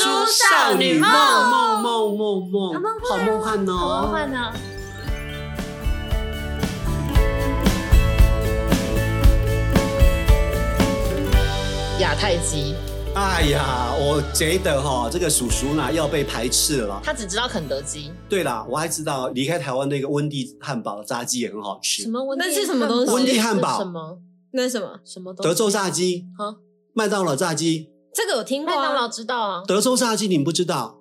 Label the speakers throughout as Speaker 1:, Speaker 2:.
Speaker 1: 少女梦
Speaker 2: 梦梦梦
Speaker 1: 好
Speaker 2: 梦
Speaker 1: 梦，
Speaker 2: 好
Speaker 1: 幻
Speaker 2: 梦幻
Speaker 1: 好梦
Speaker 2: 哦！
Speaker 1: 幻呢？
Speaker 3: 亚太鸡，
Speaker 2: 哎呀，我觉得哈，这个叔叔呢要被排斥了。
Speaker 3: 他只知道肯德基，
Speaker 2: 对啦，我还知道离开台湾那个温蒂汉堡炸鸡也很好
Speaker 3: 什
Speaker 2: 吃，
Speaker 3: 么温蒂
Speaker 4: 那是什么东西
Speaker 2: 温蒂汉
Speaker 3: 是
Speaker 2: 堡
Speaker 3: 什么
Speaker 4: 那什么，
Speaker 3: 什么东西
Speaker 2: 德州炸鸡
Speaker 3: 啊，
Speaker 2: 麦当劳炸鸡，
Speaker 4: 这个我听过、
Speaker 3: 麦当劳
Speaker 4: 啊。
Speaker 3: 知道啊，
Speaker 2: 德州炸鸡你们不知道？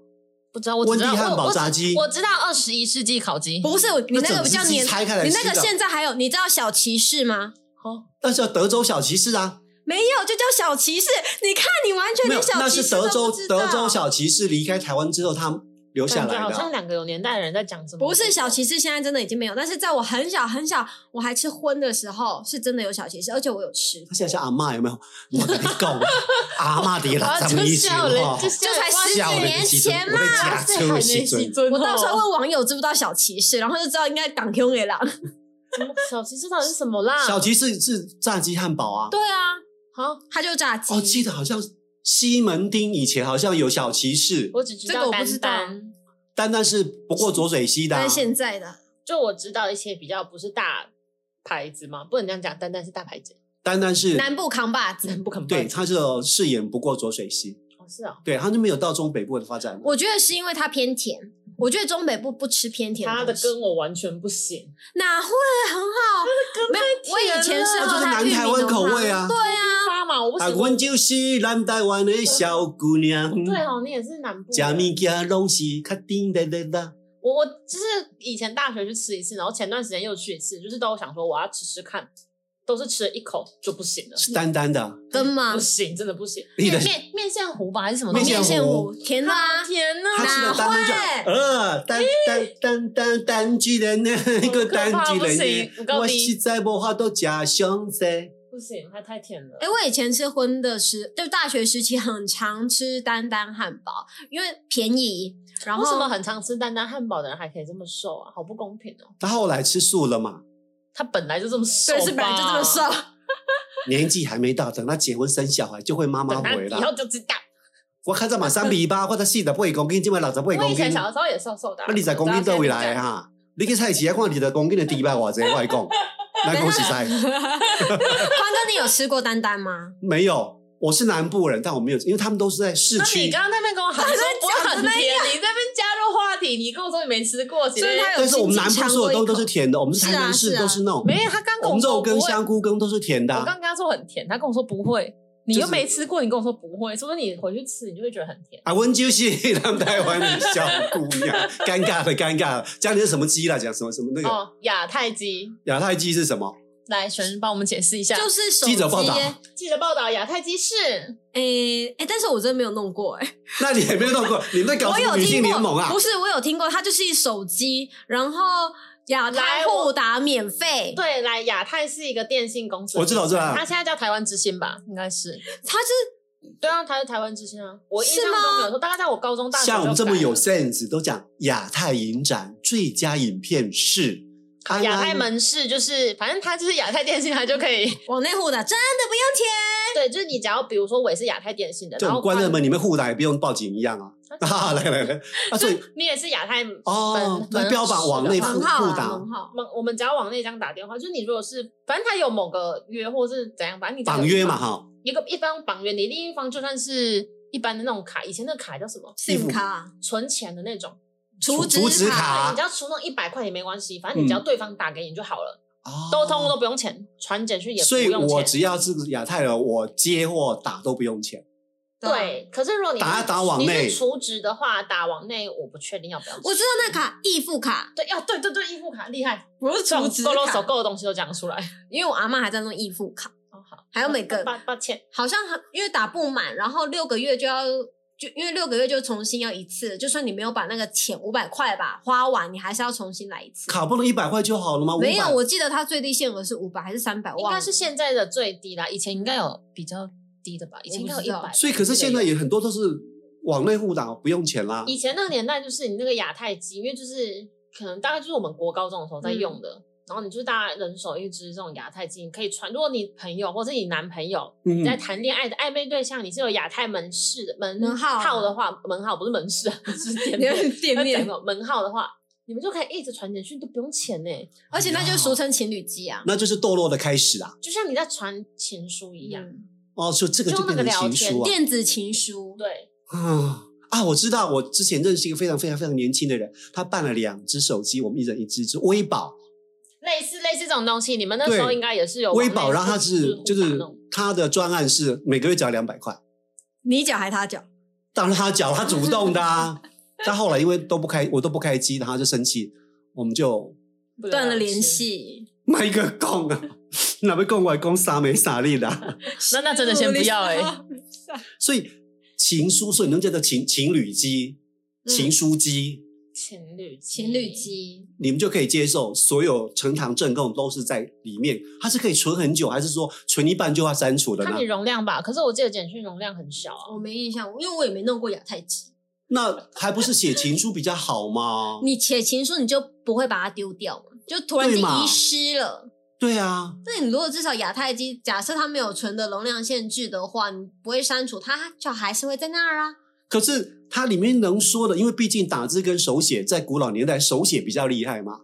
Speaker 3: 不知道我
Speaker 2: 温
Speaker 3: 只
Speaker 2: 蒂
Speaker 3: 知道
Speaker 2: 汉堡
Speaker 3: 我我
Speaker 2: 炸鸡
Speaker 3: 我知道二十一世纪烤鸡，
Speaker 4: 不是你那个比较
Speaker 2: 整只鸡
Speaker 4: 年，
Speaker 2: 拆开来
Speaker 4: 你那个
Speaker 2: 吃的
Speaker 4: 现在还有，你知道小骑士吗？
Speaker 3: 哦，
Speaker 2: 那叫德州小骑士啊，
Speaker 4: 没有，就叫小骑士。你看，你完全
Speaker 2: 没
Speaker 4: 连
Speaker 2: 有，
Speaker 4: 小
Speaker 2: 那
Speaker 4: 骑
Speaker 2: 是
Speaker 4: 士
Speaker 2: 德州
Speaker 4: 都不知道
Speaker 2: 德州小骑士离开台湾之后他留下
Speaker 3: 感觉
Speaker 2: 来
Speaker 3: 好
Speaker 2: 的
Speaker 3: 像
Speaker 2: 啊。
Speaker 3: 两个有年代的人在讲什么，
Speaker 4: 不是小骑士，现在真的已经没有。但是在我很小很小，我还吃荤的时候，是真的有小骑士，而且我有吃。
Speaker 2: 他现在是阿嬷有没有？我跟你讲，阿嬷的
Speaker 3: 啊，
Speaker 2: 啦，咱
Speaker 3: 就
Speaker 2: 们一起
Speaker 3: 笑了
Speaker 2: 哈，，
Speaker 3: 就
Speaker 4: 才十几
Speaker 2: 笑了
Speaker 4: 年前嘛
Speaker 2: 我在家吃的时阵，
Speaker 4: 我到时候问网友知不知道小骑士，然后就知道应该港 Q
Speaker 2: 啊
Speaker 4: 给狼。
Speaker 3: 小骑士到底是什么啦？
Speaker 2: 小骑士是炸鸡汉堡
Speaker 4: 嗯
Speaker 2: 啊。
Speaker 4: 对啊，
Speaker 3: 好，
Speaker 4: 他就炸鸡。
Speaker 2: 哦，记得好像西门町以前好像有小骑士，
Speaker 3: 我只知
Speaker 4: 这个
Speaker 3: 道
Speaker 4: 我不
Speaker 3: 丹
Speaker 4: 知道
Speaker 3: 丹，
Speaker 2: 单单是不过浊水溪的、啊
Speaker 4: 但。现在的
Speaker 3: 就我知道一些比较不是大牌子嘛，不能这样讲，丹丹是大牌子，
Speaker 2: 单单是
Speaker 4: 南部扛把子，
Speaker 3: 人不肯
Speaker 2: 对，
Speaker 3: 办
Speaker 2: 他是有饰演不过浊水溪，
Speaker 3: 哦，是啊，
Speaker 2: 对，他就没有到中北部的发展。
Speaker 4: 我觉得是因为它偏甜。我觉得中北部不吃偏甜
Speaker 3: 他的
Speaker 4: 东西
Speaker 3: 跟我完全不行，
Speaker 4: 哪会很好？没有，我以前是
Speaker 2: 那
Speaker 4: 喝
Speaker 2: 就是
Speaker 4: 它
Speaker 2: 南
Speaker 4: 玉米
Speaker 2: 台湾
Speaker 4: 浓
Speaker 2: 口味
Speaker 4: 汤
Speaker 2: 啊
Speaker 4: 对啊，
Speaker 3: 发嘛，我不
Speaker 2: 啊，
Speaker 3: 行，
Speaker 2: 阮就是咱台湾的小姑娘，
Speaker 3: 对哦，你也是南部的，
Speaker 2: 食物件拢是较甜的的的。
Speaker 3: 我我就是以前大学去吃一次，然后前段时间又去一次，就是都想说我要吃吃看，都是吃了一口就不行了，
Speaker 2: 是单单的，啊
Speaker 4: 跟吗
Speaker 3: 不？行，真的不行。
Speaker 2: 你的
Speaker 3: 面面面线糊吧还是什么东
Speaker 2: 面
Speaker 3: 西？
Speaker 2: 线糊
Speaker 4: 糊甜的啊，
Speaker 3: 天呐，
Speaker 2: 他吃的单单就呃，单单单单单居人呢，一个单居
Speaker 3: 不
Speaker 2: 人
Speaker 3: 行我
Speaker 2: 呢，
Speaker 3: 告
Speaker 2: 我
Speaker 3: 诉你
Speaker 2: 实在无法度食上济。
Speaker 3: 不行，它太甜了。
Speaker 4: 哎、我以前吃荤的时，就大学时期很常吃丹丹汉堡，因为便宜。然后
Speaker 3: 为什么很常吃丹丹汉堡的人还可以这么瘦啊？好不公平哦！
Speaker 2: 他后来吃素了嘛，
Speaker 3: 他本来就这么瘦，
Speaker 4: 对，是本来就这么，瘦。
Speaker 2: 年纪还没到，等他结婚生小孩就会妈妈
Speaker 3: 等他
Speaker 2: 回
Speaker 3: 以
Speaker 2: 了。
Speaker 3: 后就知道。
Speaker 2: 我看这嘛三米八或者四十八公斤，今晚六十八
Speaker 3: 我以
Speaker 2: 公
Speaker 3: 前
Speaker 2: 斤，
Speaker 3: 小的时候也瘦瘦的啊，
Speaker 2: 那二十公斤到未来啊的哈？你去菜市啊看二十公斤的猪肉偌济，我来讲，咱讲实在
Speaker 4: 宽哥，你有吃过丹丹 吗？
Speaker 2: 没有。我是南部人，但我没有，因为他们都是在市
Speaker 3: 那你
Speaker 2: 区。
Speaker 3: 刚刚那边跟我喊说不会很甜，你这边加入话题，你跟我说你没吃过，其实
Speaker 4: 所以他有
Speaker 2: 但是我们南部所有都都是甜的，我们是台南
Speaker 4: 是啊
Speaker 2: 市
Speaker 4: 是啊
Speaker 2: 都是那种，
Speaker 3: 没有，他刚跟
Speaker 2: 我
Speaker 3: 我
Speaker 2: 们
Speaker 3: 说
Speaker 2: 肉
Speaker 3: 不会
Speaker 2: 羹、香菇羹都是甜的
Speaker 3: 我刚
Speaker 2: 啊。
Speaker 3: 刚跟他说很甜，他跟我说不会，你
Speaker 2: 就
Speaker 3: 又
Speaker 2: 是
Speaker 3: 没吃过，你跟我说不会，说不定你回去吃，你就会觉得很甜。
Speaker 2: 啊，温就是 他们台湾的小姑娘， 尴尬的尴尬的，讲你是什么鸡啦？讲什么什么那个
Speaker 3: 哦，亚太鸡，
Speaker 2: 亚太鸡是什么？
Speaker 3: 来，璇帮我们解释一下。
Speaker 4: 就是手
Speaker 2: 啊记者报道
Speaker 4: 机耶
Speaker 3: 记者报道，亚太鸡是
Speaker 4: 诶诶，但是我真的没有弄过哎诶，
Speaker 2: 那你也没有弄过，你们在搞
Speaker 4: 我
Speaker 2: 什么
Speaker 4: 有
Speaker 2: 女性
Speaker 4: 听
Speaker 2: 联盟
Speaker 4: 过，
Speaker 2: 啊
Speaker 4: 不？是我有听过，它就是一手机，然后亚太
Speaker 3: 来我
Speaker 4: 互打免费，
Speaker 3: 对，来亚太是一个电信公司，
Speaker 2: 我知道我知道
Speaker 3: 它现在叫台湾之星吧，应该是。
Speaker 4: 它是
Speaker 3: 对啊，它是台湾之星啊，我印象
Speaker 4: 是吗
Speaker 3: 中没有说，大概在我高中、大学就
Speaker 2: 像我们这么
Speaker 3: 改了
Speaker 2: 有 sense，都讲亚太影展最佳影片是安安
Speaker 3: 啊亚太门市，就是反正它就是亚太电信，它就 可以。
Speaker 4: 往内互打，真的不用钱。
Speaker 3: 对，就是你只要比如说我也是亚太电信的，
Speaker 2: 这
Speaker 3: 然后
Speaker 2: 种关着
Speaker 3: 宽
Speaker 2: 门，你们互打也不用报警一样啊！ 啊，来来来，啊，所以
Speaker 3: 你也是亚太门
Speaker 2: 哦，
Speaker 3: 门
Speaker 2: 那标榜往内
Speaker 3: 市的话
Speaker 2: 互
Speaker 4: 门号
Speaker 2: 互
Speaker 4: 啊，
Speaker 2: 打
Speaker 4: 门号。
Speaker 3: 门我们只要往那张打电话，就是你如果是反正他有某个约或是怎样，反正你只要有
Speaker 2: 绑约嘛
Speaker 3: 一方，
Speaker 2: 哈，
Speaker 3: 一个一方绑约，你另一方就算是一般的那种卡，以前那个卡叫什么？
Speaker 4: 信卡、
Speaker 3: 存钱的那种，
Speaker 4: 储
Speaker 2: 储值卡啊嗯
Speaker 3: 你只要出那一百块也没关系，反正你只要对方打给你就好了，
Speaker 2: 哦
Speaker 3: 都通通都不用钱，传简讯也不
Speaker 2: 所以
Speaker 3: 用
Speaker 2: 我
Speaker 3: 钱。
Speaker 2: 只要是亚太人，我接或打都不用钱。
Speaker 4: 对啊。
Speaker 3: 对，可是如果你是
Speaker 2: 打打往内
Speaker 3: 你是储值的话，打往内我不确定要不要。
Speaker 4: 我知道那卡易付卡，
Speaker 3: 对，要对对对，易付卡厉害，
Speaker 4: 不是
Speaker 3: 这种勾勾手勾的东西都讲得出来。
Speaker 4: 因为我阿妈还在弄易付卡，
Speaker 3: 哦好，
Speaker 4: 还有每个
Speaker 3: 八八千，
Speaker 4: 好像很因为打不满，然后六个月就要就因为六个月就重新要一次，就算你没有把那个钱五百块吧花完，你还是要重新来一次。
Speaker 2: 卡不能一百块就好了吗？
Speaker 4: 没有，
Speaker 2: 500
Speaker 4: 我记得它最低限额是五百还是三百，
Speaker 3: 应
Speaker 4: 忘了
Speaker 3: 该是现在的最低啦，以前应该有比较低的吧，以前应该有一
Speaker 4: 我不知
Speaker 3: 百。
Speaker 4: 道
Speaker 2: 所以可是现在也很多都是往内互打，不用钱啦。
Speaker 4: 嗯
Speaker 3: 以前那个年代，就是你那个亚太机，因为就是可能大概就是我们国高中的时候在用的，然后你就是大家人手一支这种亚太金，可以穿。如果你朋友或是你男朋友
Speaker 2: 嗯
Speaker 3: 你在谈恋爱的暧昧对象，你是有亚太门市的门
Speaker 4: 门号啊
Speaker 3: 号的话，门号不是门市啊，是店
Speaker 4: 你要
Speaker 3: 面
Speaker 4: 去 店
Speaker 3: 要讲
Speaker 4: 面，
Speaker 3: 到门号的话，你们就可以一直传简讯，都不用钱呢、
Speaker 4: 而且那就是俗称情侣机啊。
Speaker 2: 那就是堕落的开始啊！
Speaker 3: 就像你在传情书一样。
Speaker 4: 嗯
Speaker 2: 哦，就这个
Speaker 3: 就
Speaker 2: 就变
Speaker 3: 那个
Speaker 2: 成
Speaker 3: 聊
Speaker 2: 情
Speaker 3: 天
Speaker 2: 书啊。
Speaker 4: 电子情书，
Speaker 3: 对，
Speaker 2: 啊啊！我知道，我之前认识一个非常非常非常年轻的人，他办了两只手机，我们一人一只，就微保，
Speaker 3: 类似类似这种东西，你们那时候
Speaker 2: 对
Speaker 3: 应该也是有
Speaker 2: 微
Speaker 3: 往
Speaker 2: 保，
Speaker 3: 内
Speaker 2: 然后他
Speaker 3: 互
Speaker 2: 是
Speaker 3: 互
Speaker 2: 就
Speaker 3: 打那
Speaker 2: 是
Speaker 3: 种
Speaker 2: 他的专案是每个月缴两百块，
Speaker 4: 你脚还他脚，
Speaker 2: 当然他缴，他主动的、 啊。但后来因为都不开，我都不开机，然后他就生气，我们就
Speaker 3: 不了
Speaker 4: 断了
Speaker 3: 了之
Speaker 4: 联。系。
Speaker 2: 卖个供啊，哪会供外公傻没傻力的啊、
Speaker 3: 那那真的先不要 哎、
Speaker 2: 所以情书，所以你能叫做情情侣机、
Speaker 4: 嗯
Speaker 2: 情书机，
Speaker 3: 情侣
Speaker 4: 情侣，机，
Speaker 2: 你们就可以接受所有呈堂证供都是在里面，它是可以存很久，还是说存一半就要删除的呢
Speaker 3: 看你？容量吧。可是我记得简讯容量很小啊。
Speaker 4: 我没印象，因为我也没弄过亚太机。
Speaker 2: 那还不是写情书比较好吗？
Speaker 4: 你写情书，你就不会把它丢掉嘛？就突然间
Speaker 2: 对嘛
Speaker 4: 遗失了。
Speaker 2: 对啊，
Speaker 4: 那你如果至少亚太机，假设它没有存的容量限制的话，你不会删除它，就还是会在那儿啊。
Speaker 2: 可是它里面能说的，因为毕竟打字跟手写在古老年代手写比较厉害嘛，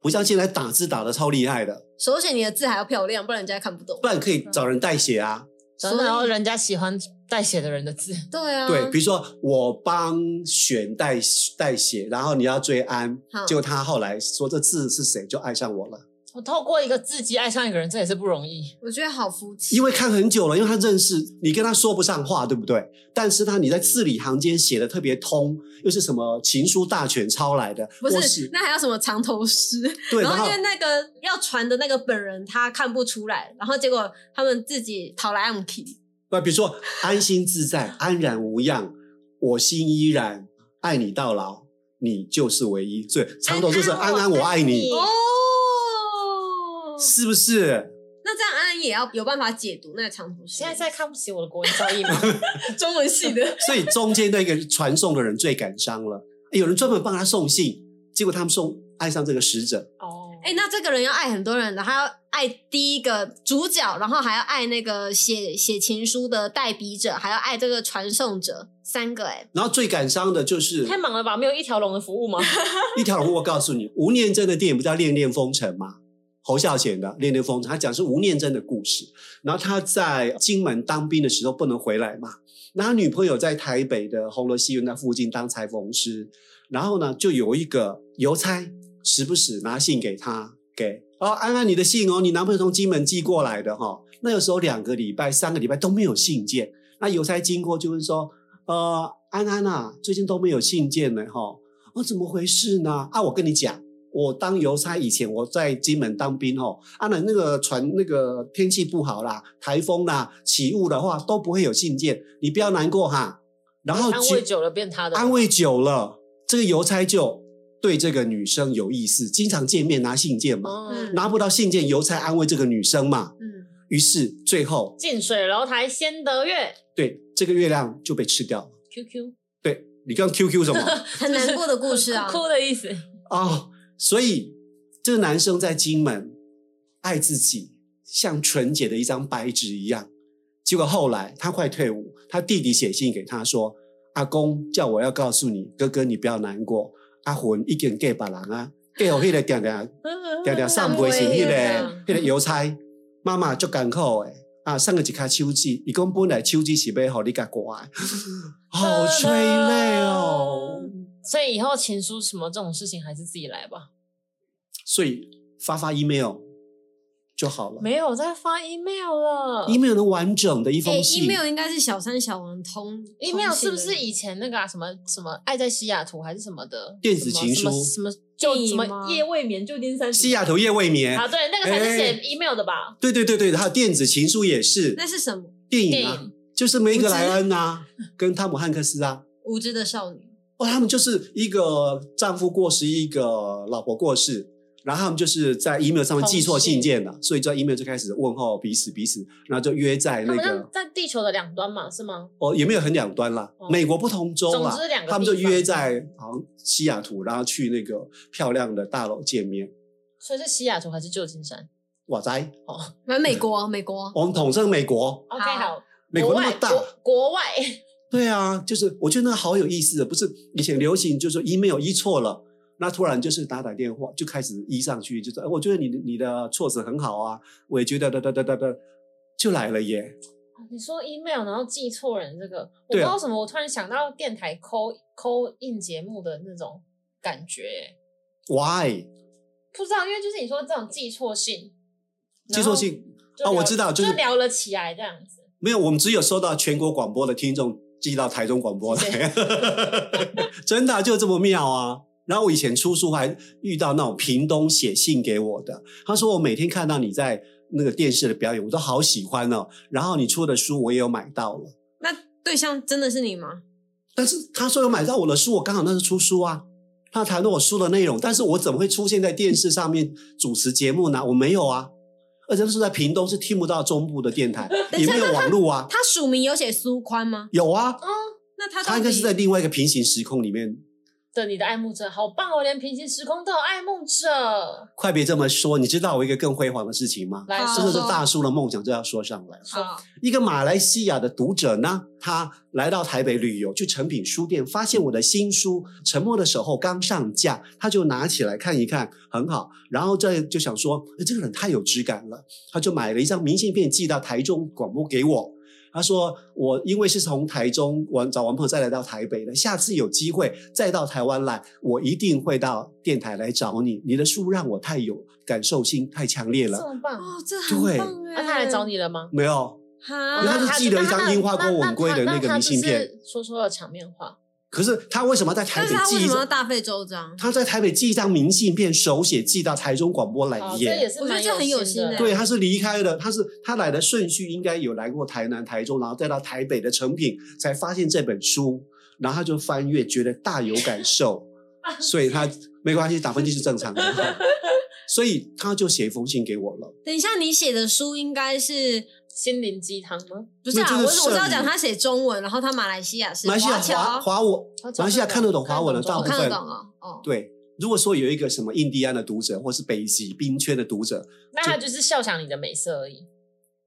Speaker 2: 不像现在打字打的超厉害的，
Speaker 4: 手写你的字还要漂亮，不然人家看不懂
Speaker 2: 不。然可以找人代写啊。
Speaker 4: 所
Speaker 3: 然后
Speaker 4: 以
Speaker 3: 人家喜欢代写的人的字，
Speaker 4: 对啊，
Speaker 2: 对，比如说我帮选代代写，然后你要追安
Speaker 4: 好，
Speaker 2: 结果他后来说这字是谁，就爱上我了。
Speaker 3: 我透过一个字迹爱上一个人，这也是不容易。
Speaker 4: 我觉得好服气。
Speaker 2: 因为看很久了，因为他认识你，跟他说不上话，对不对？但是他你在字里行间写的特别通，又是什么情书大全抄来的，
Speaker 4: 不
Speaker 2: 或
Speaker 4: 是
Speaker 2: 是，
Speaker 4: 那还有什么藏头诗？
Speaker 2: 对，
Speaker 4: 然
Speaker 2: 然
Speaker 4: 后
Speaker 2: 后
Speaker 4: 因为那个要传的那个本人他看不出来，然后结果他们自己讨来暗 key，
Speaker 2: 那比如说安心自在、安然无恙，我心依然，爱你到老，你就是唯一。所以长头就是
Speaker 3: 安
Speaker 2: 安
Speaker 3: 安
Speaker 2: 安
Speaker 3: 我
Speaker 2: 我爱
Speaker 3: 爱
Speaker 2: 你
Speaker 3: 你，
Speaker 4: 哦。
Speaker 2: 是不是？
Speaker 4: 那这样安安也要有办法解读那个藏头诗。
Speaker 3: 现在在看不起我的国文造诣吗？
Speaker 4: 中文系的，
Speaker 2: 所以中间那个传送的人最感伤了，诶有人专门帮他送信，结果他们送爱上这个使者，
Speaker 3: 哦，
Speaker 4: 哎、那这个人要爱很多人的，他要爱第一个主角，然后还要爱那个写写情书的代笔者，还要爱这个传送者，三个哎、
Speaker 2: 然后最感伤的就是哦
Speaker 3: 太忙了吧？没有一条龙的服务吗？
Speaker 2: 一条龙，我告诉你，吴念真的电影不叫《恋恋风尘》吗？侯孝贤的《恋恋风尘》，他讲是吴念真的故事。然后他在金门当兵的时候不能回来嘛，那他女朋友在台北的红楼戏院那附近当裁缝师，然后呢，就有一个邮差时不时拿信给他，给哦安安你的信哦，你男朋友从金门寄过来的哈、哦。那有时候两个礼拜、三个礼拜都没有信件，那邮差经过就会说，呃，安安啊，最近都没有信件呢哈、哦。哦，怎么回事呢？啊，我跟你讲，我当邮差以前，我在金门当兵哦，啊，那那个船那个天气不好啦，台风啦，起雾的话都不会有信件，你不要难过哈。然后
Speaker 3: 安
Speaker 2: 就
Speaker 3: 慰久了变他的
Speaker 2: 安慰久了，这个邮差就对这个女生有意思，经常见面拿信件嘛，
Speaker 3: 嗯
Speaker 4: 嗯，
Speaker 2: 拿不到信件，邮差安慰这个女生嘛，
Speaker 4: 嗯，
Speaker 2: 于是最后
Speaker 3: 近水楼台先得月
Speaker 2: 对这个月亮就被吃掉了。
Speaker 3: ，QQ
Speaker 2: 对你刚 QQ 什么？
Speaker 4: 很难过的故事 啊。
Speaker 3: 哭的意思。
Speaker 2: 哦，所以这个男生在金门爱自己，像纯洁的一张白纸一样。结果后来他快退伍，他弟弟写信给他说：“阿公叫我要告诉你，哥哥你不要难过，阿魂一点 gay 把人啊，gay 有迄个点点
Speaker 3: 嗯
Speaker 2: 点点上辈是迄、
Speaker 3: 啊
Speaker 4: 嗯
Speaker 2: 个迄个邮差，妈妈足艰苦诶。”啊，送了一卡手指，伊讲本来手指是要互你甲挂的， 好催泪哦。
Speaker 3: 嗯所以以后情书什么这种事情还是自己来吧。
Speaker 2: 所以发发 email 就好了。
Speaker 3: 没有在发 email 了
Speaker 2: email 能完整的一
Speaker 4: 哎、
Speaker 2: 封信，
Speaker 4: email 应该是小三小王通，E
Speaker 3: email
Speaker 4: 通信
Speaker 3: 是不
Speaker 4: 的
Speaker 3: 是以前那个、啊、什么什么爱在西雅图还是什么的
Speaker 2: 电子情
Speaker 3: 什么
Speaker 2: 书
Speaker 3: 什么什么就
Speaker 4: 电
Speaker 3: 什
Speaker 4: 影
Speaker 3: 么
Speaker 4: 吗
Speaker 3: 夜未眠旧金山什么
Speaker 2: 西雅图夜未眠
Speaker 3: 啊，。对，那个才是
Speaker 2: 哎
Speaker 3: 写 email 的吧？
Speaker 2: 对对对对，还有电子情书也是
Speaker 4: 那是什么？
Speaker 2: 电
Speaker 3: 电
Speaker 2: 影啊，
Speaker 3: 影
Speaker 2: 就是梅格莱恩啊，跟汤姆汉克斯啊，
Speaker 4: 无知的少女。
Speaker 2: 哦，他们就是一个丈夫过世，一个老婆过世。然后他们就是在 email 上面寄错信件了，所以在 email 就开始问候彼此彼此，然后就约在那
Speaker 3: 他们
Speaker 2: 个
Speaker 3: 在地球的两端嘛，是吗？
Speaker 2: 哦，也没有很两端啦，
Speaker 3: 哦
Speaker 2: 美国不同州啦
Speaker 3: 总之两，个
Speaker 2: 他们就
Speaker 3: 地方
Speaker 2: 约在好像西雅图，然后去那个漂亮的大楼见面。
Speaker 3: 所以是西雅图还是旧金山
Speaker 2: 哇
Speaker 3: 哦
Speaker 2: 塞，
Speaker 4: 来美国，美国，
Speaker 2: 我们统称美国，
Speaker 3: ？OK，
Speaker 4: 好
Speaker 3: 好，
Speaker 2: 美国那么大，
Speaker 3: 国外国国外
Speaker 2: 对啊，就是我觉得那好有意思的，不是以前流行就是 email 一错了，那突然就是打打电话就开始一上去，就是、哎我觉得你的你的措辞很好啊，我也觉得哒哒哒哒哒，就来了耶。
Speaker 3: 啊你说 email 然后寄错人这个，我不
Speaker 2: 对
Speaker 3: 知
Speaker 2: 啊
Speaker 3: 道为什么，我突然想到电台抠抠印节目的那种感觉耶，
Speaker 2: Why？
Speaker 3: 不知道，因为就是你说这种寄错信，
Speaker 2: 寄错信啊
Speaker 3: 然后就聊
Speaker 2: 我知道
Speaker 3: 就
Speaker 2: 就是
Speaker 3: 聊了起来这样子。
Speaker 2: 没有，我们只有收到全国广播的听众寄到台中广播来， 真的啊、就这么妙啊！然后我以前出书还遇到那种屏东写信给我的，他说我每天看到你在那个电视的表演，我都好喜欢哦。然后你出的书我也有买到了。
Speaker 4: 那对象真的是你吗？
Speaker 2: 但是他说有买到我的书，我刚好那是出书啊。他谈论我书的内容，但是我怎么会出现在电视上面主持节目呢？我没有啊，而且那是在屏东，是听不到中部的电台，
Speaker 4: 等一
Speaker 2: 也
Speaker 4: 下
Speaker 2: 没有网络啊。
Speaker 4: 他署名有写苏宽吗？
Speaker 2: 有啊，
Speaker 4: 那他到
Speaker 2: 他应该
Speaker 4: 底
Speaker 2: 是在另外一个平行时空里面。
Speaker 3: 的你的爱慕者，好棒哦！连平行时空都有爱慕者，
Speaker 2: 快别这么说，你知道我一个更辉煌的事情吗？
Speaker 3: 来
Speaker 4: 好
Speaker 2: 这
Speaker 3: 说
Speaker 4: 真
Speaker 2: 就是
Speaker 4: 的
Speaker 3: 说，
Speaker 2: 大叔的梦想就要说上来了。
Speaker 3: 啊
Speaker 4: 好
Speaker 2: 一个马来西亚的读者呢，他来到台北旅游，去诚品书店，发现我的新书《沉默的守候》刚上架，他就拿起来看一看，很好。然后这就想说，诶这个人太有质感了，他就买了一张明信片寄到台中广播给我。他说：“我因为是从台中玩找王朋友再来到台北的，下次有机会再到台湾来，我一定会到电台来找你。你的书让我太有感受性太强烈
Speaker 3: 这
Speaker 2: 了。
Speaker 3: 么棒！
Speaker 4: 哦，这很
Speaker 2: 对
Speaker 4: 棒哎！
Speaker 3: 那他来找你了吗？
Speaker 2: 没有，
Speaker 4: 哈，
Speaker 2: 因为他是
Speaker 3: 那
Speaker 2: 寄了一张
Speaker 3: 那
Speaker 2: 樱花锅吻龟的
Speaker 3: 那
Speaker 2: 那个
Speaker 3: 那
Speaker 2: 明信片
Speaker 3: 那他就是说说了场面话，
Speaker 2: 可是他为什么要在台
Speaker 4: 但
Speaker 2: 北
Speaker 4: 是他为
Speaker 2: 寄
Speaker 4: 什
Speaker 2: 一
Speaker 4: 么要
Speaker 2: 张？
Speaker 4: 大费周章？
Speaker 2: 他在台北寄一张明信片，手写寄到台中广播来
Speaker 3: 哦，这也
Speaker 2: 耶。
Speaker 3: 是
Speaker 4: 我觉得
Speaker 3: 蛮
Speaker 4: 这很有
Speaker 3: 心
Speaker 4: 心欸
Speaker 3: 的。
Speaker 4: 的
Speaker 2: 哎对，啊他是离开了，他是他来的顺序应该有来过台南、台中，然后再到台北的成品，才发现这本书，然后他就翻阅，觉得大有感受，所以他没关系，打喷嚏是正常的，所以他就写一封信给我了。
Speaker 4: 等一下，你写的书应该是
Speaker 3: 心灵鸡汤吗？
Speaker 4: 不是啊？
Speaker 2: 那
Speaker 4: 我
Speaker 2: 就是
Speaker 4: 我是要
Speaker 2: 剩
Speaker 4: 讲
Speaker 2: 余
Speaker 4: 他写中文，然后他马来西亚是
Speaker 2: 马来西亚华
Speaker 4: 侨，
Speaker 2: 华文，
Speaker 3: 华侨
Speaker 2: 马来西亚看得懂
Speaker 3: 看
Speaker 2: 华
Speaker 3: 得懂
Speaker 2: 文的大
Speaker 4: 我
Speaker 2: 部
Speaker 4: 看得
Speaker 2: 分
Speaker 4: 懂，哦。哦，
Speaker 2: 对。如果说有一个什么印第安的读者，或是北极冰圈的读者，
Speaker 3: 那他就是笑想你的美色而已。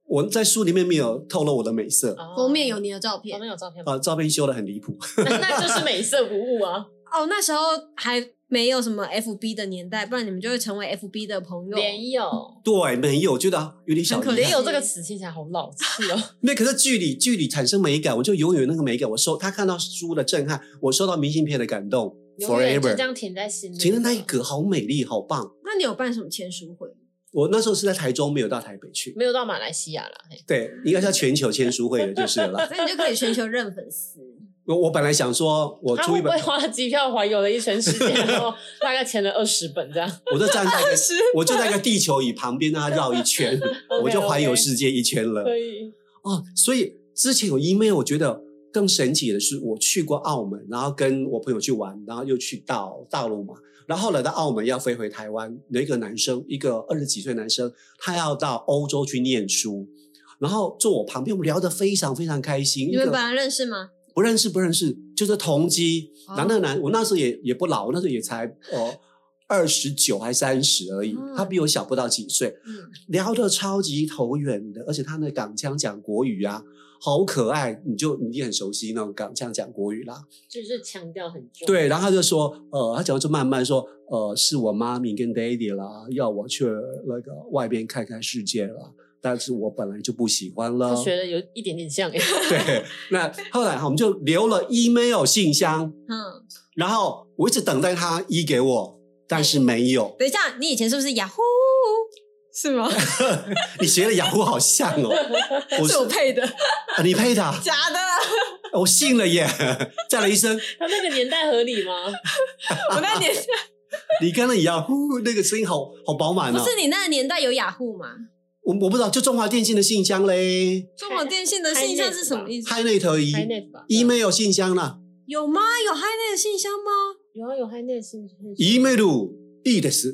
Speaker 2: 我在书里面没有透露我的美色，
Speaker 3: 哦
Speaker 4: 封面有你的照
Speaker 3: 封
Speaker 4: 片
Speaker 3: 面有照片吗？
Speaker 2: 呃，照片修的很离谱。
Speaker 3: 那那就是美色无误啊，
Speaker 4: 哦，那时候还没有什么 FB 的年代，不然你们就会成为 FB 的朋友。
Speaker 3: 连友。
Speaker 2: 对，没有，我觉得有点小
Speaker 4: 很可
Speaker 2: 遗
Speaker 4: 怜
Speaker 3: 连
Speaker 2: 憾。
Speaker 3: 友这个词听起来好老气哦，
Speaker 2: 那可是距离距离产生美感，我就永远有那个美感。我收他看到书的震撼，我收到明信片的感动
Speaker 3: 永远就这
Speaker 2: ，forever。
Speaker 3: 样停在心里。
Speaker 2: 觉得那一格好美丽，好棒。
Speaker 4: 那你有办什么签书会？
Speaker 2: 我那时候是在台中，没有到台北去。
Speaker 3: 没有到马来西亚啦，嘿
Speaker 2: 对，应该叫全球签书会的，就是了啦。
Speaker 4: 那你就可以全球认粉丝。
Speaker 2: 我我本来想说，我
Speaker 3: 他
Speaker 2: 出
Speaker 3: 会
Speaker 2: 一
Speaker 3: 啊不
Speaker 2: 本
Speaker 3: 会，花了机票环游了一圈 世界，然后大概签了二十本这样？
Speaker 2: 我就站在一个
Speaker 4: 是，
Speaker 2: 我就在一个地球仪旁边，让它绕一 圈，我就环游
Speaker 3: OK，OK
Speaker 2: 世界一圈了。
Speaker 3: 可以，
Speaker 2: 哦，所以之前有 email，我觉得更神奇的是，我去过澳门，然后跟我朋友去玩，然后又去到大陆嘛，然后后来到澳门要飞回台湾，有一个男生，一个二十几岁男生，他要到欧洲去念书，然后坐我旁边，我们聊得非常非常开心。
Speaker 4: 你
Speaker 2: 一
Speaker 4: 们
Speaker 2: 个
Speaker 4: 本来认识吗？
Speaker 2: 不认识不认识，就是同机。
Speaker 4: 哦
Speaker 2: 然后那个男，我那时候也也不老，我那时候也才呃二十九还三十而已
Speaker 4: 嗯，
Speaker 2: 他比我小不到几岁。
Speaker 4: 嗯，
Speaker 2: 聊得超级投缘的，而且他那港腔讲国语啊，好可爱，你就你也很熟悉那种港腔讲国语啦。
Speaker 3: 就是强调很重。，
Speaker 2: 对，然后他就说，呃，他讲完就慢慢说，呃，是我妈咪跟 daddy 啦，要我去那个外边看看世界啦。但是我本来就不喜欢
Speaker 3: 他
Speaker 2: 了。
Speaker 3: 学的有一点点像哎，
Speaker 2: 对，那后来哈我们就留了 email 信箱，
Speaker 4: 嗯，
Speaker 2: 然后我一直等待他 e 给我，但是没有。
Speaker 4: 等一下，你以前是不是雅虎？是 吗？
Speaker 2: 你学的雅虎好像哦，我
Speaker 4: 是我配的，
Speaker 2: 啊你配的啊、
Speaker 4: 假的。
Speaker 2: 我信了耶！ 叫了一声，
Speaker 3: 他那个年代合理吗？
Speaker 4: 我那年
Speaker 2: 你刚刚也要呼，那个声音好好饱满
Speaker 4: 不
Speaker 2: 哦。
Speaker 4: 是你那个年代有雅虎吗？
Speaker 2: 我我不知道，就中华电信的信箱嘞
Speaker 4: 中华电信的信箱是什么意思？
Speaker 2: ，HiNet 一
Speaker 3: ，HiNet 吧
Speaker 2: email 信箱啦
Speaker 4: 有吗？有 HiNet 的信箱吗？
Speaker 3: 有啊有 HiNet 是是
Speaker 2: ，email e 的是，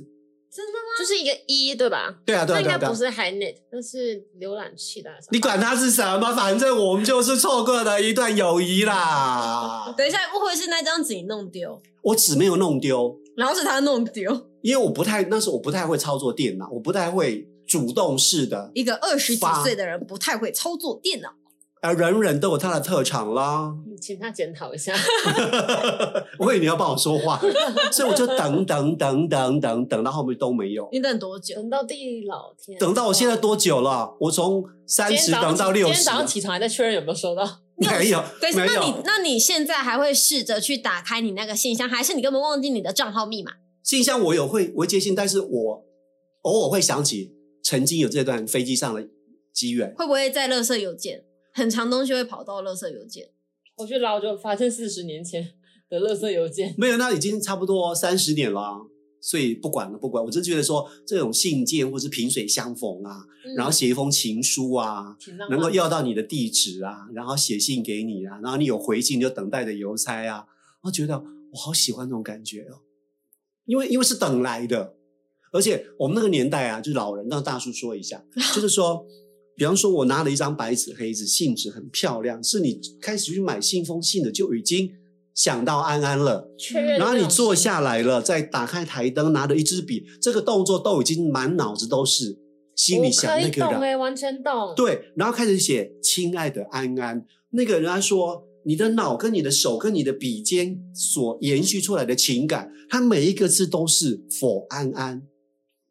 Speaker 4: 真的吗？
Speaker 3: 就是一个一对吧？
Speaker 2: 对啊对
Speaker 3: 那
Speaker 2: 啊
Speaker 3: 应
Speaker 2: 对啊
Speaker 3: 该
Speaker 2: 对啊。
Speaker 3: 不是 HiNet，那是浏览器的啊。
Speaker 2: 你管它是什么，反正我们就是错过了一段友谊啦。
Speaker 4: 等一下，误会是那张纸你弄丢
Speaker 2: 我纸没有弄丢，
Speaker 4: 然后是他弄丢
Speaker 2: 因为我不太那时候我不太会操作电脑，我不太会主动式的，
Speaker 4: 一个二十几
Speaker 2: 发
Speaker 4: 岁的人不太会操作电脑，
Speaker 2: 啊，人人都有他的特长啦。
Speaker 3: 你嗯请他检讨一下。
Speaker 2: 我以为你要帮我说话，所以我就等等等等等等到后面都没有。
Speaker 4: 你等多久？
Speaker 3: 等到地老天，哦
Speaker 2: 等到我现在多久了？我从三
Speaker 3: 今
Speaker 2: 十
Speaker 3: 天早上
Speaker 2: 等到
Speaker 3: 起
Speaker 2: 六
Speaker 3: 今天
Speaker 2: 十
Speaker 3: 早，上起床还在确认有没有收到。
Speaker 2: 没有
Speaker 4: 可是
Speaker 2: 没
Speaker 4: 那你
Speaker 2: 有。
Speaker 4: 那你现在还会试着去打开你那个信箱，还是你根本忘记你的账号密码？
Speaker 2: 信箱我有会我会接信，但是我偶尔会想起曾经有这段飞机上的机缘。
Speaker 4: 会不会在垃圾邮件？很长东西会跑到垃圾邮件，
Speaker 3: 我去捞就发现四十年前的垃圾邮件，
Speaker 2: 没有，那已经差不多三十年了啊，所以不管了，不管。我真觉得说这种信件或是萍水相逢啊， 然后写一封情书啊，
Speaker 3: 请让
Speaker 2: 能够
Speaker 3: 他
Speaker 2: 要到你的地址啊，然后写信给你啊，然后你有回信就等待着邮差啊，我觉得我好喜欢这种感觉哦，因为因为是等来的，而且我们那个年代啊，就是老人让大叔说一 下，就是说，比方说我拿了一张白纸黑字，信纸很漂亮，是你开始去买信封信的就已经想到安安了，
Speaker 3: 确认这
Speaker 2: 然
Speaker 3: 种
Speaker 2: 后
Speaker 3: 事。
Speaker 2: 你坐下来了，再打开台灯，拿着一支笔，这个动作都已经满脑子都是，心里想那个
Speaker 3: 我可以
Speaker 2: 人
Speaker 3: 懂。哎，完全懂。，
Speaker 2: 对，然后开始写“亲爱的安安”，那个人他说你的脑跟你的手跟你的笔尖所延续出来的情感，它每一个字都是“否安安”。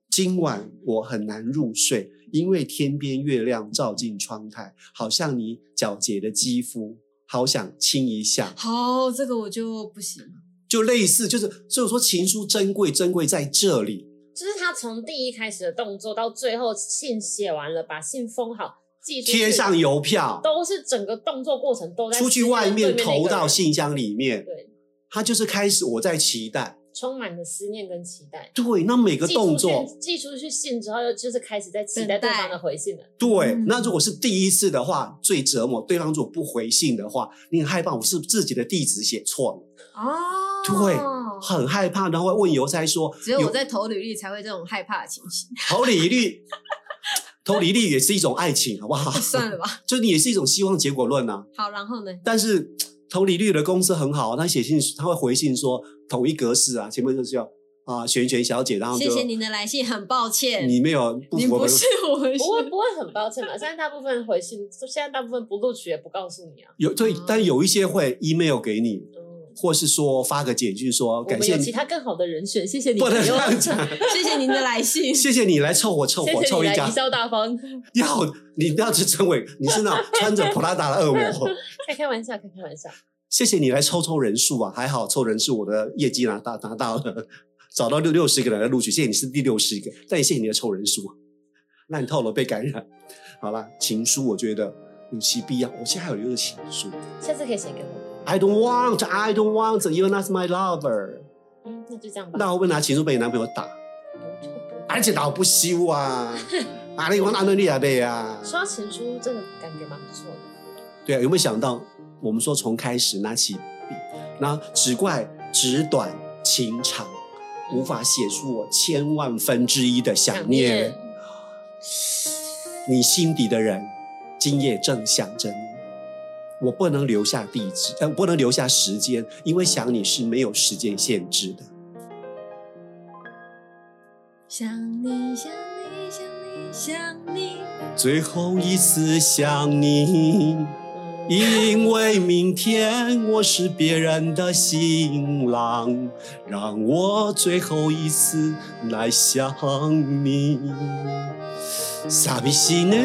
Speaker 2: 今晚我很难入睡，因为天边月亮照进窗台，好像你皎洁的肌肤，好想亲一下。
Speaker 4: 好，这个我就不行了。
Speaker 2: 就类似，就是所以我说情书珍贵，珍贵在这里。
Speaker 3: 就是他从第一开始的动作到最后信写完了，把信封好，寄出去
Speaker 2: 贴上邮票，
Speaker 3: 都是整个动作过程都在
Speaker 2: 出去
Speaker 3: 思念
Speaker 2: 外面
Speaker 3: 对那个
Speaker 2: 投到
Speaker 3: 人，
Speaker 2: 信箱里面，
Speaker 3: 对，
Speaker 2: 它就是开始我在期待。
Speaker 3: 充满了思念跟期待。
Speaker 2: 对，那每个
Speaker 3: 寄
Speaker 2: 动
Speaker 3: 出去
Speaker 2: 作，
Speaker 3: 寄出去信之后，就是开始在期待
Speaker 4: 等
Speaker 3: 对
Speaker 4: 待
Speaker 3: 方的回信了。
Speaker 2: 对
Speaker 4: 嗯。
Speaker 2: 那如果是第一次的话，最折磨。对方如果不回信的话，你很害怕，我是不是自己的地址写错
Speaker 4: 哦，
Speaker 2: 对了，很害怕，然后会问邮差说
Speaker 4: 只有我在投履历才会这种害怕的情 形。
Speaker 2: 投履历，投履历也是一种爱情，好不好？
Speaker 4: 算了吧，
Speaker 2: 就你也是一种希望结果论啊。
Speaker 4: 好，然后呢？
Speaker 2: 但是投履历的公司很好，啊他写信他会回信说统一格式啊，前面就是要啊璇璇小姐，然后就
Speaker 4: 谢谢您的来信，很抱歉，
Speaker 2: 你没有不
Speaker 4: 您
Speaker 2: 符合
Speaker 4: 不是我们
Speaker 3: 不会不会很抱歉吧？现在大部分回信，现在大部分不录取也不告诉你啊。
Speaker 2: 有对，但有一些会 email 给你，
Speaker 3: 嗯，
Speaker 2: 或是说发个简讯说
Speaker 3: 我
Speaker 2: 感
Speaker 3: 们
Speaker 2: 谢
Speaker 3: 有
Speaker 2: 你，
Speaker 3: 其他更好的人选，谢谢你
Speaker 2: 不能
Speaker 3: 朋
Speaker 2: 这
Speaker 3: 友，
Speaker 2: 样讲，
Speaker 4: 谢谢您的来信，
Speaker 2: 谢谢你来凑合凑
Speaker 3: 谢
Speaker 2: 合
Speaker 3: 谢
Speaker 2: 凑
Speaker 3: 你
Speaker 2: 一
Speaker 3: 来
Speaker 2: 家
Speaker 3: 贻，笑大方。
Speaker 2: 要你不要去成为你是 那种穿着 Prada 的恶魔，
Speaker 3: 开开玩笑，开开玩笑。
Speaker 2: 谢谢你来抽抽人数啊，还好凑人数我的业绩拿到拿到了，找到六六十个人来录取，谢谢你是第六十个，但也谢谢你的凑人数，烂透了被感染。好啦，情书我觉得有其必要，我现在还有一个情书
Speaker 3: 下次可以写给我。
Speaker 2: ，I don't want, I don't want, you're not my lover，
Speaker 3: 嗯，那就这样吧。
Speaker 2: 那我会不会拿情书被你男朋友打？而且老不休 啊，阿里往阿伦利亚贝啊。
Speaker 3: 说到情书，真的感觉蛮不错的。
Speaker 2: 对啊，有没有想到我们说从开始拿起笔，那只怪纸短情长，无法写出我千万分之一的想念。你心底的人，今夜正想着你。我不能留下地址，呃，不能留下时间，因为想你是没有时间限制的。
Speaker 4: 想你，想你，想你，想你，
Speaker 2: 最后一次想你。
Speaker 3: 嗯，
Speaker 2: 因为明天我是别人的新郎，让我最后一次来想你。傻逼西呢？